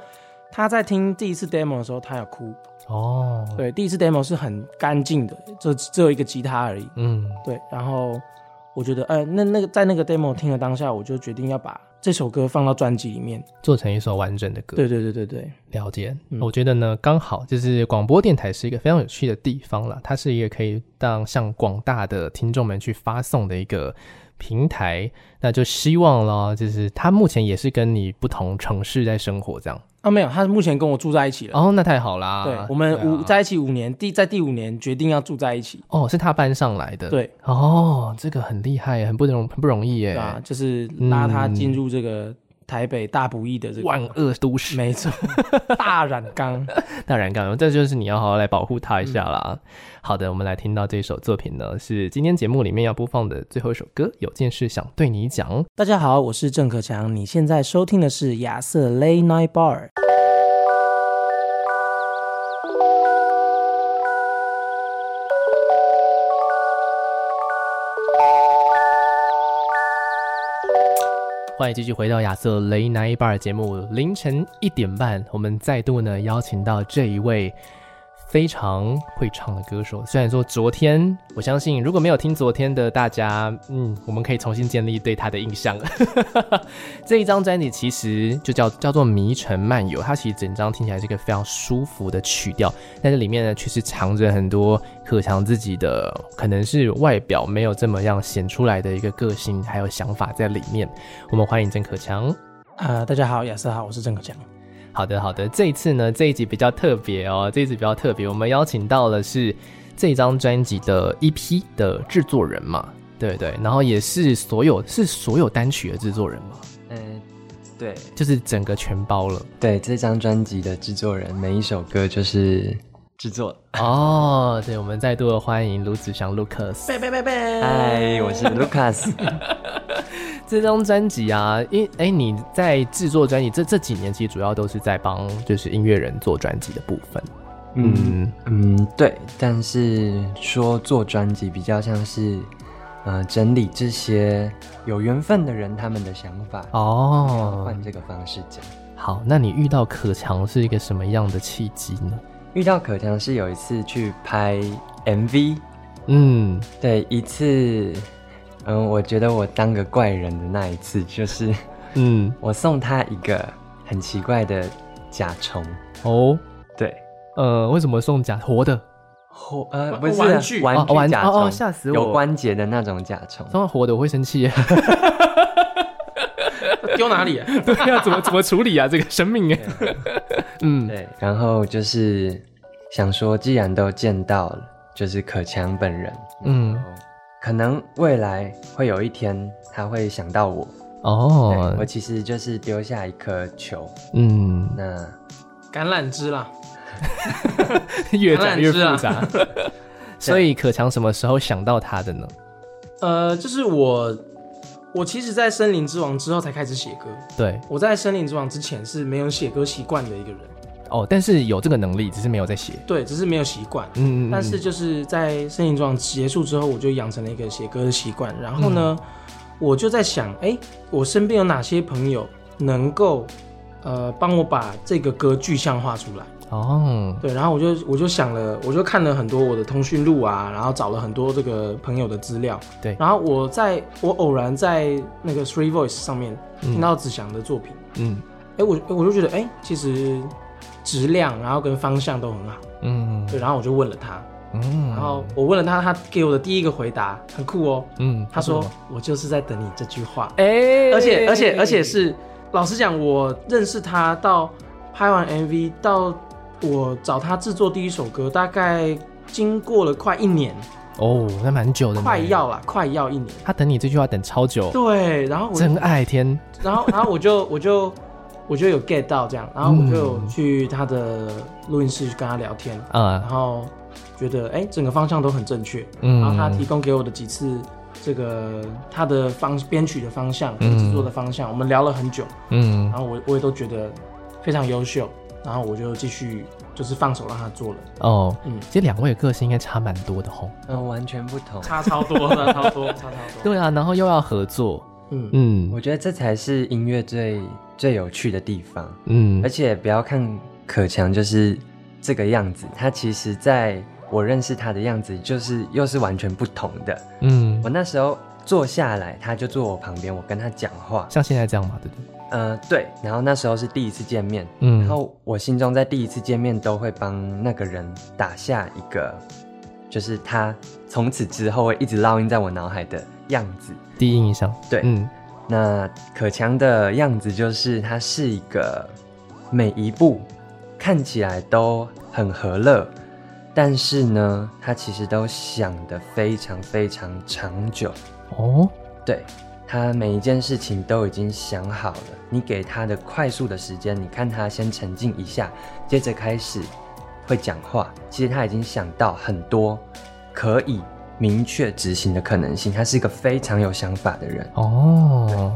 S2: 他在听第一次 demo 的时候，他有哭。
S1: 哦，，
S2: 对，第一次 demo 是很干净的，就只有一个吉他而已。
S1: 嗯
S2: 对，然后我觉得，呃，那那个在那个 demo 听了当下，我就决定要把这首歌放到专辑里面。
S1: 做成一首完整的歌。
S2: 对对对对对，
S1: 了解，
S2: 嗯
S1: 我觉得呢，刚好就是广播电台是一个非常有趣的地方啦，它是一个可以让向广大的听众们去发送的一个平台。那就希望咯，就是它目前也是跟你不同城市在生活这样。
S2: 啊，没有，他目前跟我住在一起了。
S1: 哦，那太好啦。
S2: 对，我们五、
S1: 对啊
S2: 在一起五年，第在第五年决定要住在一起。
S1: 哦，是他搬上来的。，
S2: 对，
S1: 哦，这个很厉害耶，很不容很不容易耶
S2: 对。啊，就是拉他进入这个台北大不易的这
S1: 万
S2: 个，
S1: 恶都市，*laughs*
S2: 没错，大染缸。
S1: 当然干嘛？这就是你要好好来保护他一下啦。好的，我们来听到这首作品呢，是今天节目里面要播放的最后一首歌，《有件事想对你讲》。
S2: 大家好，我是郑可强，你现在收听的是亚瑟 Late Night Bar。
S1: 欢迎继续回到亚瑟雷南一巴尔节目，凌晨一点半，我们再度呢邀请到这一位非常会唱的歌手。虽然说昨天，我相信如果没有听昨天的大家，嗯，我们可以重新建立对他的印象。 *laughs* 这一张专辑其实就叫叫做《迷城漫游》，它其实整张听起来是一个非常舒服的曲调，但是里面呢却是藏着很多可强自己的，可能是外表没有这么样显出来的一个个性还有想法在里面。我们欢迎郑可强。
S2: 啊，大家好，亚瑟好，我是郑可强。
S1: 好的，好的，这一次呢，这一集比较特别哦，这一集比较特别，我们邀请到的是这张专辑的 EP 的制作人嘛，对对，然后也是所有是所有单曲的制作人嘛，
S4: 嗯，对
S1: 就是整个全包了。
S4: 对，这张专辑的制作人，每一首歌就是制作。
S1: 哦，对，我们再度的欢迎卢子祥 Lucas。
S2: 拜拜拜拜。
S4: 嗨，我 *laughs* 是 Lucas。
S1: 这张专辑啊，因哎你在制作专辑这这几年，其实主要都是在帮就是音乐人做专辑的部分。
S4: 嗯嗯，对，但是说做专辑比较像是，呃，整理这些有缘分的人他们的想法，
S1: 哦，
S4: 换这个方式讲。
S1: 好，那你遇到可强是一个什么样的契机呢？
S4: 遇到可强是有一次去拍 MV，
S1: 嗯，
S4: 对，一次，嗯，我觉得我当个怪人的那一次，就是
S1: 嗯，
S4: 我送他一个很奇怪的甲虫，
S1: 哦，
S4: 对，
S1: 呃，为什么送假活的？
S4: 活呃
S2: 玩
S4: 不是
S2: 玩具
S4: 玩
S1: 哦玩
S4: 甲
S1: 哦哦
S4: 虫，
S1: 吓死我
S4: 有关节的那种甲虫，
S1: 送活的我会生气耶，
S2: 丢哪里、啊？
S1: 对呀、怎么怎么处理啊？这个生命耶，嗯，
S4: 对，然后就是想说，既然都见到了，就是可强本人，
S1: 嗯
S4: 然后可能未来会有一天他会想到我，对我
S1: *laughs* 哦，
S4: 其实就是丢下一颗球，
S1: 嗯，
S4: 那
S2: 橄榄枝啦，
S1: *laughs* 越
S2: 橄
S1: 讲
S2: 榄
S1: 越复
S2: 枝啊
S1: 杂。 *laughs* 所以可强什么时候想到他的呢？
S2: 呃，就是我，我其实，在《森林之王》之后才开始写歌。
S1: 对，
S2: 我在《森林之王》之前是没有写歌习惯的一个人，
S1: 哦，但是有这个能力，只是没有在写。
S2: 对，只是没有习惯。
S1: 嗯
S2: 但是就是在《森林之王》结束之后，我就养成了一个写歌的习惯。然后呢，我就在想，哎、我身边有哪些朋友能够，呃，帮我把这个歌具象化出来？
S1: 哦，
S2: 对，然后我就我就想了，我就看了很多我的通讯录啊，然后找了很多这个朋友的资料。
S1: 对
S2: 然后我在我偶然在那个 Three Voice 上面
S1: 嗯
S2: 听到子祥的作品，
S1: 嗯
S2: 哎、我我就觉得哎、诶其实质量然后跟方向都很好。
S1: 嗯
S2: 对，然后我就问了他，
S1: 嗯，
S2: 然后我问了他，他给我的第一个回答很酷哦，
S1: 嗯，
S2: 他说我就是在等你这句话，
S1: 哎、
S2: 而且而且而且是老实讲，我认识他到拍完 MV 到我找他制作第一首歌，大概经过了快一年，
S1: 哦，那蛮久的，
S2: 快。要啦，快要一年。
S1: 他等你这句话等超久，
S2: 对，然后我
S1: 真爱天，
S2: 然后然后我就我就我就有 get 到这样，然后我就有
S1: 嗯
S2: 去他的录音室去跟他聊天，然
S1: 啊，
S2: 后觉得哎、整个方向都很正确，
S1: 嗯
S2: 然后他提供给我的几次这个他的方编曲的方向、跟制作的方向，我们聊了很久，
S1: 嗯
S2: 然后我我也都觉得非常优秀，然后我就继续就是放手让他做了，
S1: 哦，
S2: 嗯，
S1: 其实两位的个性应该差蛮多的吼。
S4: 嗯、完全不同。
S2: 差超多，差超多，差超多，
S1: 对啊，然后又要合作，
S2: *laughs* 嗯，
S1: 嗯
S4: 我觉得这才是音乐最最有趣的地方，
S1: 嗯
S4: 而，且不要看可强就是这个样子，他其实在我认识他的样子，就是又是完全不同的。
S1: 嗯
S4: 我，那时候坐下来，他就坐我旁边，我跟他讲话，
S1: 像现在这样嘛，对不对？
S4: 呃，对，然后那时候是第一次见面，
S1: 嗯
S4: 然后我心中在第一次见面都会帮那个人打下一个，就是他从此之后会一直烙印在我脑海的样子。
S1: 第一印象，
S4: 对
S1: 嗯
S4: 那可强的样子就是他是一个每一步看起来都很和乐，但是呢，他其实都想得非常非常长久。
S1: 哦，
S4: 对他每一件事情都已经想好了，你给他的快速的时间，你看他先沉静一下，接着开始会讲话。其实他已经想到很多可以明确执行的可能性，他是一个非常有想法的人。
S1: 哦，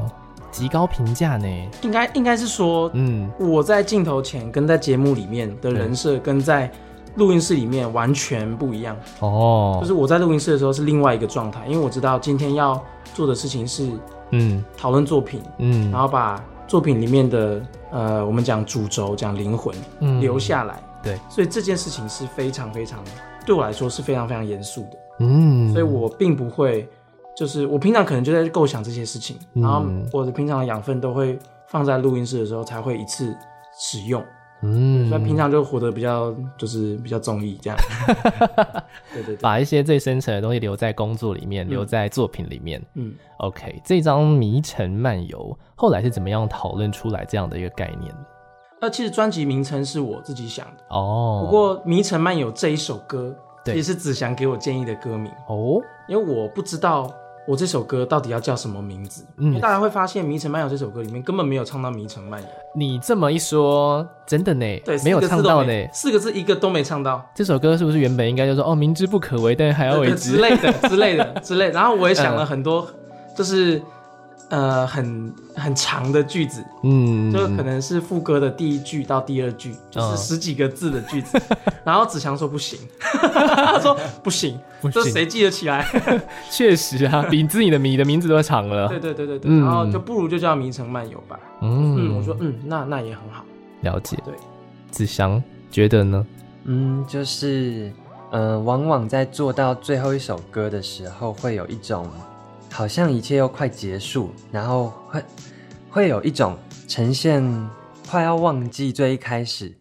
S1: 极高评价呢，
S2: 应该应该是说，
S1: 嗯
S2: 我在镜头前跟在节目里面的人设跟在录音室里面完全不一样。
S1: 哦，
S2: 就是我在录音室的时候是另外一个状态，因为我知道今天要做的事情是
S1: 嗯
S2: 讨论作品，
S1: 嗯，
S2: 然后把作品里面的呃，我们讲主轴、讲灵魂
S1: 嗯
S2: 留下来。
S1: 对，
S2: 所以这件事情是非常非常对我来说是非常非常严肃的，
S1: 嗯，
S2: 所以我并不会就是我平常可能就在构想这些事情，
S1: 嗯
S2: 然后我的平常的养分都会放在录音室的时候才会一次使用，
S1: 嗯，
S2: 所以平常就活得比较就是比较综艺
S1: *laughs*
S2: 这样。对对对，
S1: 把一些最深层的东西留在工作里面，留在作品里面。
S2: 嗯，
S1: OK，这张《迷城漫游》后来是怎么样讨论出来这样的一个概念？
S2: 那其实专辑名称是我自己想的，
S1: 哦，
S2: 不过《迷城漫游》这一首歌
S1: 对
S2: 也是子祥给我建议的歌名。
S1: 哦，
S2: 因为我不知道我这首歌到底要叫什么名字。
S1: 嗯
S2: 因为大家会发现《迷城漫游》这首歌里面根本没有唱到迷城漫游，
S1: 你这么一说，真的呢，
S2: 对，
S1: 没有
S2: 四个
S1: 唱
S2: 字都
S1: 到
S2: 没
S1: 呢。
S2: 四个字一个都没唱到，
S1: 这首歌是不是原本应该就说哦，明知不可为，但还要
S2: 对
S1: 为
S2: 对之
S1: 之？
S2: 类的之类的之类的。然后我也想了
S1: 嗯
S2: 很多，就是呃很很长的句子，
S1: 嗯，
S2: 就可能是副歌的第一句到第二句，就是十几个字的句
S1: *laughs*
S2: 子。然后子强说不行， *laughs* 他说不行，
S1: 不
S2: 这
S1: 行啊
S2: 谁记得起来？
S1: 确实
S2: *laughs*
S1: 啊，比自己的你的名字都长了
S2: 对。对对对对，
S1: 嗯
S2: 然后就不如就叫《迷城漫游》吧。
S1: 嗯
S2: 嗯，我说嗯，那那也很好。
S1: 了解。
S2: 对，
S1: 子祥觉得呢？
S4: 嗯，就是，呃，往往在做到最后一首歌的时候，会有一种好像一切又快结束，然后会会有一种呈现快要忘记最一开始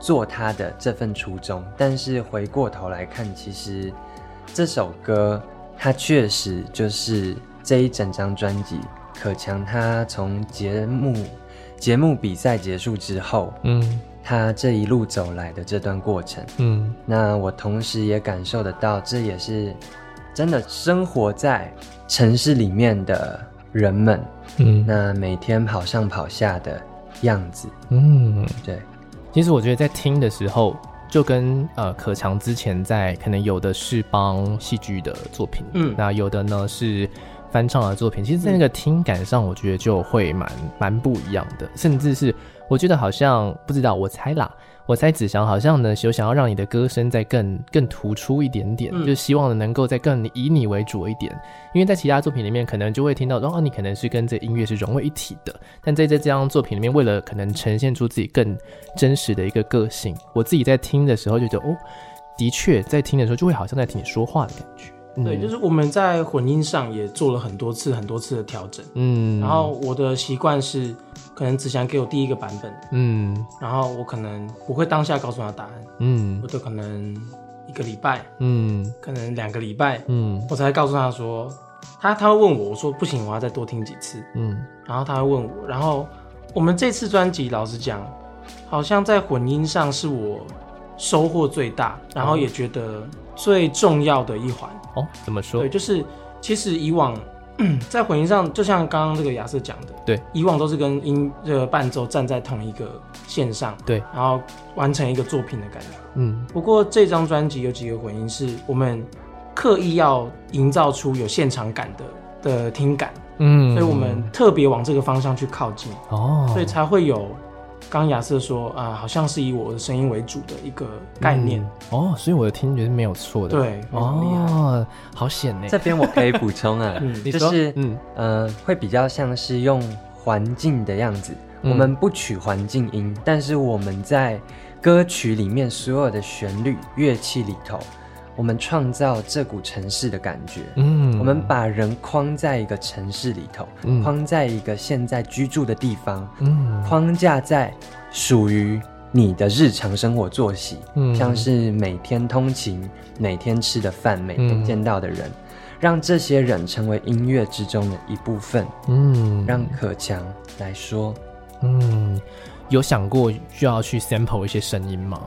S4: 做它的这份初衷，但是回过头来看，其实这首歌它确实就是这一整张专辑，可强他从节目节目比赛结束之后，
S1: 嗯
S4: 他这一路走来的这段过程。
S1: 嗯
S4: 那我同时也感受得到，这也是真的生活在城市里面的人们，
S1: 嗯
S4: 那每天跑上跑下的样子。
S1: 嗯。
S4: 对，
S1: 其实我觉得在听的时候，就跟呃可强之前在可能有的是帮戏剧的作品，
S2: 嗯
S1: 那有的呢是翻唱的作品，其实在那个听感上，我觉得就会蛮蛮不一样的，甚至是我觉得好像不知道，我猜啦。我猜子祥好像呢，有想要让你的歌声再更更突出一点点，
S2: 嗯
S1: 就希望能够再更以你为主一点，因为在其他作品里面可能就会听到说，哦，你可能是跟这音乐是融为一体的，但在这这张作品里面，为了可能呈现出自己更真实的一个个性，我自己在听的时候就觉得，哦，的确在听的时候就会好像在听你说话的感觉。嗯
S2: 对，就是我们在混音上也做了很多次、很多次的调整。
S1: 嗯，
S2: 然后我的习惯是，可能只想给我第一个版本，
S1: 嗯
S2: 然后我可能不会当下告诉他答案，
S1: 嗯
S2: 我就可能一个礼拜，
S1: 嗯
S2: 可能两个礼拜，
S1: 嗯
S2: 我才告诉他说，他他会问我，我说不行，我要再多听几次，
S1: 嗯
S2: 然后他会问我，然后我们这次专辑，老实讲，好像在混音上是我收获最大，然后也觉得最重要的一环。
S1: 哦，怎么说
S2: 对，？就是其实以往在混音上，就像刚刚这个亚瑟讲的，
S1: 对，
S2: 以往都是跟音这个伴奏站在同一个线上，
S1: 对，
S2: 然后完成一个作品的感觉。
S1: 嗯
S2: 不过这张专辑有几个混音是我们刻意要营造出有现场感的的听感，
S1: 嗯
S2: 所以我们特别往这个方向去靠近，
S1: 哦，
S2: 所以才会有。刚亚瑟说啊、好像是以我的声音为主的一个概念，
S1: 嗯哦，所以我的听觉是没有错的。
S2: 对，非常厉害。，
S1: 哦，好险呢。
S4: 这边我可以补充啊
S2: 嗯
S1: 你
S4: 就
S1: 说
S4: 是
S1: *laughs* 嗯
S4: 呃，会比较像是用环境的样子。
S1: 嗯
S4: 我们不取环境音，但是我们在歌曲里面所有的旋律、乐器里头，我们创造这股城市的感觉。
S1: 嗯，
S4: 我们把人框在一个城市里头，
S1: 嗯
S4: 框在一个现在居住的地方，
S1: 嗯
S4: 框架在属于你的日常生活作息，
S1: 嗯
S4: 像是每天通勤、每天吃的饭、每天
S1: 嗯
S4: 见到的人，让这些人成为音乐之中的一部分，
S1: 嗯
S4: 让可强来
S1: *laughs*
S4: 说，
S1: 嗯有想过需要去 sample 一些声音吗？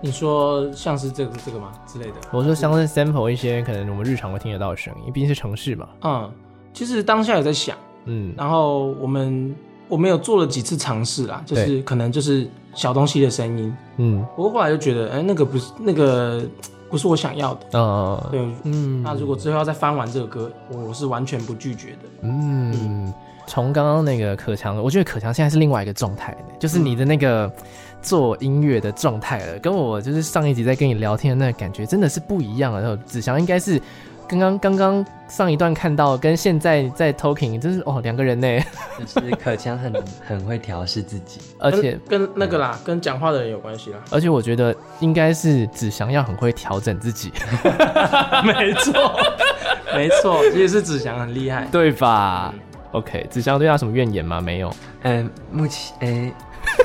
S2: 你说像是这个这个吗之类的？
S1: 我说像是 sample 一些可能我们日常会听得到的声音，毕竟是城市嘛。
S2: 嗯，其实当下有在想，
S1: 嗯
S2: 然后我们我们有做了几次尝试啦，就
S1: 对
S2: 是可能就是小东西的声音，
S1: 嗯
S2: 不过后来就觉得，哎、那个不是那个不是我想要的。
S1: 呃
S2: 对，
S1: 嗯
S2: 那如果之后要再翻完这个歌，我是完全不拒绝的。
S1: 嗯，从刚刚那个可强，我觉得可强现在是另外一个状态呢，就是你的那
S2: 嗯
S1: 个做音乐的状态了，跟我就是上一集在跟你聊天的那个感觉真的是不一样了。然后子祥应该是刚刚刚刚上一段看到跟现在在 talking，真是哦两个人
S2: *laughs*
S1: 呢，
S4: 就是可强很很会调试自己，
S1: 而且
S2: 跟跟那个啦，跟讲话的人有关系啦。
S1: 而且我觉得应该是只想要很会调整自己，
S2: *laughs* 没错，没错，其实是子祥很厉害。
S1: 对吧？OK，子祥对他什么怨言吗？没有，
S4: 嗯，目前诶、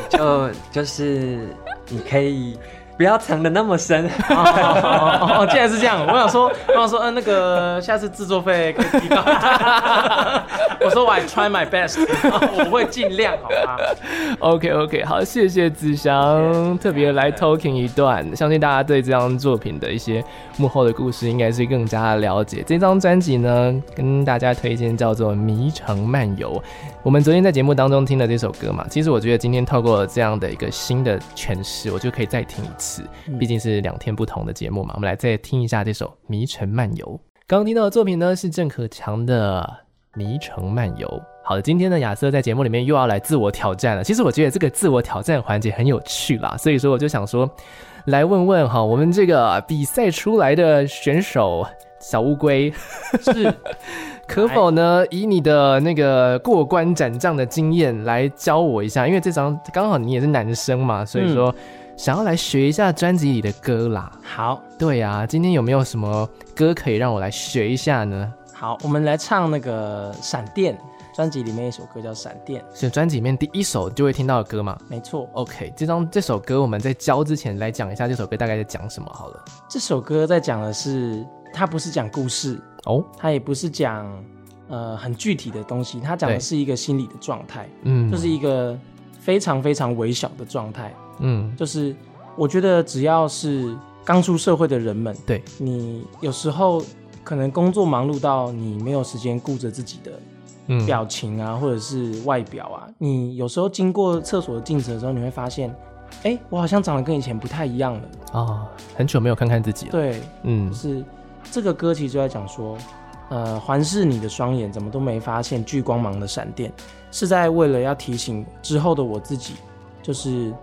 S4: 就就是你可以不要藏的那么深，
S2: *laughs* 哦哦哦，竟然是这样！我想说，我想说，嗯、那个下次制作费可以提高一点。 *laughs* 我说我 I try my best，我会尽量，好吗？
S1: OK OK，好，谢谢子祥特别来 talking 一段，相信大家对这张作品的一些幕后的故事应该是更加了解。这张专辑呢，跟大家推荐叫做《迷城漫游》。我们昨天在节目当中听了这首歌嘛，其实我觉得今天透过这样的一个新的诠释，我就可以再听一次，毕竟是两天不同的节目嘛。我们来再听一下这首《迷城漫游》。刚刚听到的作品呢是郑可强的《迷城漫游》。好的，今天呢，亚瑟在节目里面又要来自我挑战了。其实我觉得这个自我挑战环节很有趣啦，所以说我就想说，来问问哈，我们这个比赛出来的选手小乌龟是可否呢，以你的那个过关斩将的经验来教我一下，因为这张刚好你也是男生嘛，所以说、想要来学一下专辑里的歌啦。
S2: 好
S1: 对啊，今天有没有什么歌可以让我来学一下呢？
S2: 好，我们来唱那个《闪电》专辑里面一首歌叫《闪电》，
S1: 是专辑里面第一首就会听到的歌嘛？
S2: 没错。
S1: OK，这张这首歌我们在教之前来讲一下这首歌大概在讲什么好了。
S2: 这首歌在讲的是，它不是讲故事，
S1: 哦，
S2: 它也不是讲呃很具体的东西，它讲的
S1: 对
S2: 是一个心理的状态，
S1: 嗯，
S2: 就是一个非常非常微小的状态。
S1: 嗯，
S2: 就是我觉得只要是刚出社会的人们，
S1: 对
S2: 你有时候可能工作忙碌到你没有时间顾着自己的
S1: 嗯
S2: 表情啊，或者是外表啊，你有时候经过厕所的镜子的时候，你会发现，哎，我好像长得跟以前不太一样了。
S1: 哦，很久没有看看自己了。
S2: 对，
S1: 嗯
S2: 就是这个歌其实就在讲说，呃，环视你的双眼，怎么都没发现聚光芒的闪电，是在为了要提醒之后的我自己，就是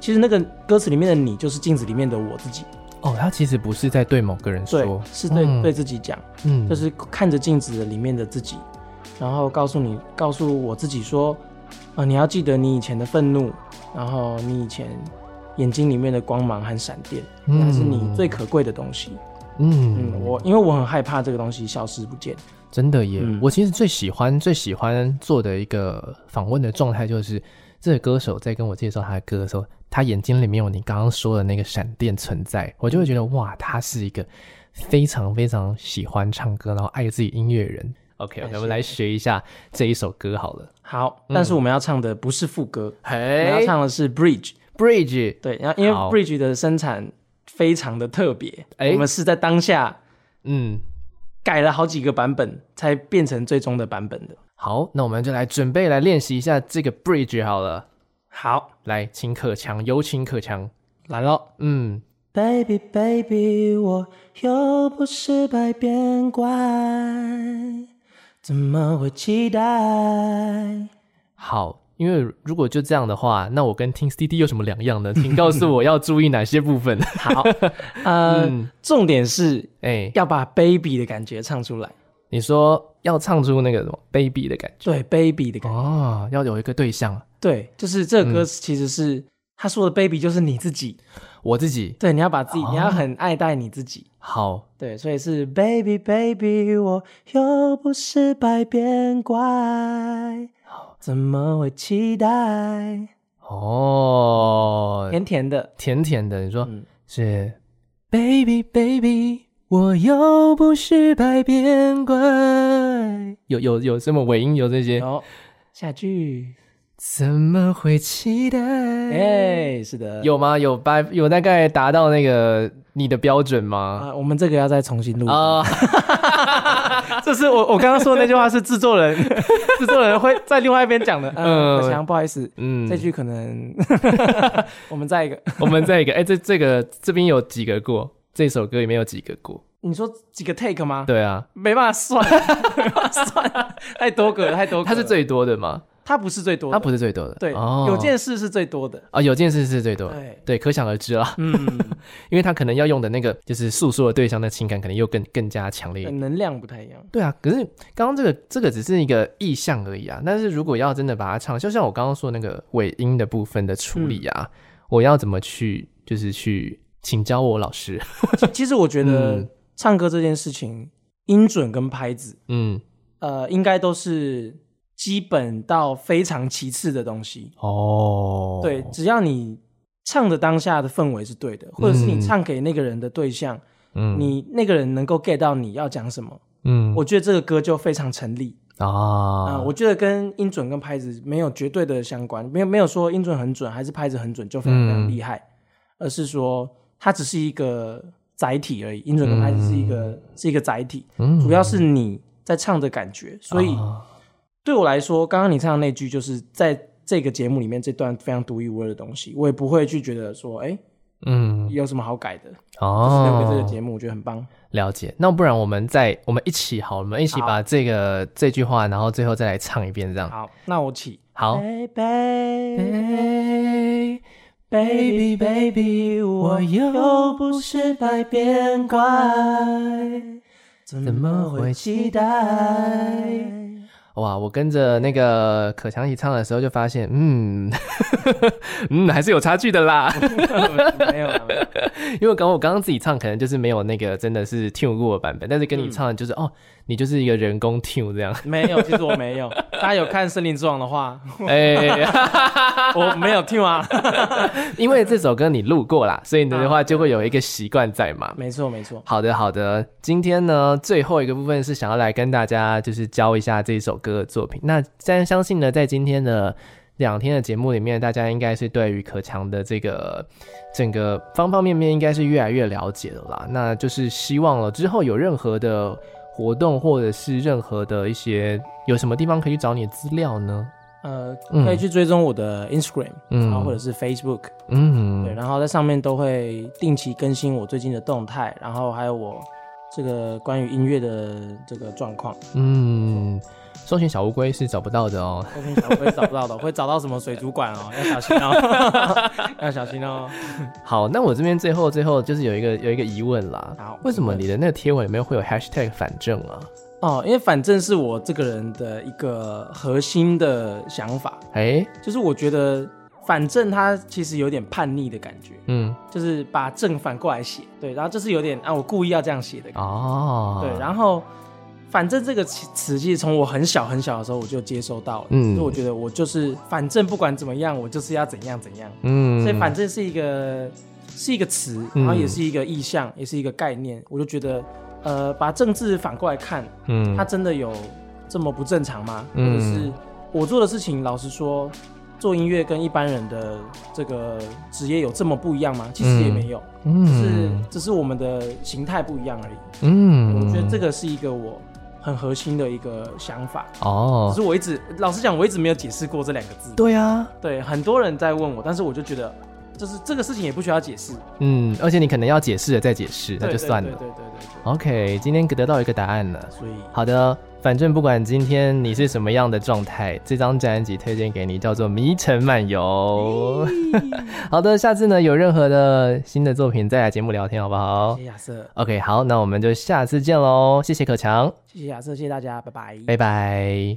S2: 其实那个歌词里面的你，就是镜子里面的我自己，
S1: 哦，他其实不是在对某个人
S2: 对
S1: 说，，
S2: 是对、
S1: 嗯
S2: 对自己讲，
S1: 嗯，
S2: 就是看着镜子里面的自己，然后告诉你，告诉我自己说，啊、你要记得你以前的愤怒，然后你以前眼睛里面的光芒和闪电，那是你最可贵的东西。
S1: 嗯，
S2: 嗯，我因为我很害怕这个东西消失不见。
S1: 真的耶，
S2: 嗯
S1: 我其实最喜欢最喜欢做的一个访问的状态就是，这个歌手在跟我介绍他的歌的时候，他眼睛里面有你刚刚说的那个闪电存在，我就会觉得哇，他是一个非常非常喜欢唱歌，然后爱自己音乐的人。OK，, 哎 o
S2: 感谢
S1: 我们来学一下这一首歌好了。
S2: 好，但是我们要唱的不是副歌，我们
S1: 嘿
S2: 要唱的是 Bridge。
S1: ，Bridge，
S2: 对，然后因为
S1: 好
S2: Bridge 的生产非常的特别，
S1: 哎
S2: 我们是在当下
S1: 嗯，
S2: 改了好几个版本才变成最终的版本的。
S1: 好，那我们就来准备来练习一下这个 Bridge 好了。
S2: 好，
S1: 来，请可强，有请可强。
S2: 来喽。
S1: 嗯，
S2: Baby Baby，我又不是百变怪，怎么会期待？
S1: 好，因为如果就这样的话，那我跟听 CD 有什么两样呢？ *laughs* 请告诉我要注意哪些部 *laughs* 分。
S2: 好，呃，重点是
S1: 哎、
S2: 要把 Baby 的感觉唱出来，
S1: 你说要唱出那个什么 baby 的感觉
S2: 对 Baby 的感觉。嗯
S1: 哦，要有一个对象，
S2: 对，就是这个歌其实是、他说的 baby 就是你自己，
S1: 我自己。
S2: 对，你要把自己，你要很爱戴你自己，
S1: 好，
S2: 对，所以是 baby baby，我又不是百变怪，怎么会期待？
S1: 哦，
S2: 甜甜的，
S1: 甜甜的，你说、
S2: 嗯
S1: 是 baby baby，我又不是百变怪，有有有这么尾音，有这些，
S2: 然后下句，
S1: 怎么会期待？
S2: 哎，是的，
S1: *laughs* 有吗？有百有大概达到那个你的标准吗？
S2: 啊，我们这个要再重新录，
S1: 啊、
S2: *laughs* 这是我我刚刚说的那句话是制作人，
S1: *laughs*
S2: 制作人会在另外一边讲的，嗯，
S1: 嗯
S2: 小强不好意思，
S1: 嗯，
S2: 这句可 *laughs* 能我们再一个。
S1: 我们再一个，哎、这这个这边有几个过？这首歌里面有几个过？
S2: 你说几个 take 吗？，
S1: 对啊，
S2: 没办法算，没办法算，太多个了，太多个了。
S1: 它是最多的嘛？
S2: 它不是最多的，
S1: 它不是最多的，
S2: 对，
S1: 哦
S2: 有件事是最多的，
S1: 啊，有件事是最多的，
S2: 对，
S1: 对，可想而知啦，
S2: *laughs* 嗯，
S1: 因为他可能要用的那个就是诉说的对象的情感，可能又更更加强烈一点。
S2: 能量不太一样，
S1: 对啊，可是刚刚这个这个只是一个意象而已啊。但是如果要真的把它唱，就像我刚刚说那个尾音的部分的处理啊，我要怎么去就是去请教我老师？ *laughs*
S2: 其其实我觉得
S1: 嗯
S2: 唱歌这件事情，音准跟拍子，
S1: 嗯，
S2: 呃，应该都是基本到非常其次的东西，
S1: 哦，
S2: 对，只要你唱的当下的氛围是对的，或者是你唱给那个人的对象，
S1: 嗯
S2: 你那个人能够 get 到你要讲什么，
S1: 嗯
S2: 我觉得这个歌就非常成立。啊、
S1: 啊，
S2: 我觉得跟音准跟拍子没有绝对的相关，没有没有说音准很准还是拍子很准就非常
S1: 嗯
S2: 非常厉害，而是说它只是一个载体而已，音准跟拍子是一个、是一个载体，
S1: 嗯
S2: 主要是你在唱的感觉。所以
S1: 啊
S2: 对我来说，刚刚你唱的那句就是在这个节目里面这段非常独一无二的东西，我也不会去觉得说，哎、
S1: 嗯
S2: 有什么好改的？就是留给这个
S1: 哦，
S2: 节目，我觉得很棒。
S1: 了解。那不然我们再我们一起好，我们一起
S2: 好
S1: 把这个这句话，然后最后再来唱一遍，这样
S2: 好，那我起。
S1: 好。
S2: Baby,
S1: Baby,
S2: baby，
S1: 我又
S2: 不是百变怪，怎
S1: 么会期待？哇，我跟着那个可强一起唱的时候，就发现，嗯， *laughs* 嗯，还是有差距的
S2: *laughs*
S1: 啦。
S2: 没有啦，没有
S1: 因为刚我刚刚自己唱，可能就是没有那个真的是 tune 过的版本，但是跟你唱的就是、哦，你就是一个人工 tune 这样。
S2: 没有，其实我没有。大家有看《森林之王》的话，
S1: 哎，
S2: *laughs* 我没有听完。
S1: 因为这首歌你录过啦，所以你的话就会有一个习惯在嘛。
S2: 没错，没错。
S1: 好的，好的。今天呢，最后一个部分是想要来跟大家就是教一下这一首歌的作品。那但相信呢，在今天的两天的节目里面，大家应该是对于可强的这个整个方方面面应该是越来越了解了啦。那就是希望了之后有任何的活动或者是任何的一些有什么地方可以去找你的资料呢？
S2: 呃，
S1: 嗯
S2: 可以去追踪我的 Instagram，
S1: 嗯
S2: 然后或者是 Facebook，对，
S1: 嗯，
S2: 然后在上面都会定期更新我最近的动态，然后还有我这个关于音乐的这个状况。
S1: 嗯，搜寻小乌龟是找不到的哦。
S2: 我跟你讲，我会找
S1: *laughs*
S2: 不到的，会找到什么水族馆哦，要小心哦，要小心哦。
S1: 好，那我这边最后最后就是有一个有一个疑问啦，
S2: 好
S1: 为什么你的那个贴文里面会有 hashtag 反正啊？
S2: 哦，因为反正是我这个人的一个核心的想法，
S1: 哎、
S2: 就是我觉得反正他其实有点叛逆的感觉，
S1: 嗯，
S2: 就是把正反过来写，对，然后就是有点啊，我故意要这样写的感觉
S1: 哦，
S2: 对，然后反正这个词词其实从我很小很小的时候我就接收到了，
S1: 嗯
S2: 嗯，所以我觉得我就是反正不管怎么样，我就是要怎样怎样，
S1: 嗯，
S2: 所以反正是一个是一个词，
S1: 嗯
S2: 然后也是一个意象，也是一个概念，我就觉得呃，把政治反过来看，
S1: 嗯
S2: 它真的有这么不正常吗？
S1: 嗯
S2: 或者是我做的事情，老实说。做音乐跟一般人的这个职业有这么不一样吗？其实也没有，只是
S1: 嗯
S2: 只是我们的形态不一样而已。
S1: 嗯
S2: 我觉得这个是一个我很核心的一个想法，只
S1: 哦
S2: 是，我一直老实讲，我一直没有解释过这两个字。
S1: 对啊，
S2: 对，很多人在问我，但是我就觉得，就是这个事情也不需要解释，
S1: 嗯，而且你可能要解释了再解释，那
S2: 对
S1: 就算
S2: 对
S1: 了。
S2: 对对对对
S1: OK，今天得到一个答案了。
S2: 对所以
S1: 好的，反正不管今天你是什么样的状态，这张专辑推荐给你，叫做《迷城漫游》。 *laughs* 好的，下次呢有任何的新的作品再来节目聊天，好不好
S2: 谢？谢亚瑟，
S1: OK，好，那我们就下次见喽，谢谢可强，
S2: 谢谢亚瑟，谢谢大家，拜拜。
S1: 拜拜。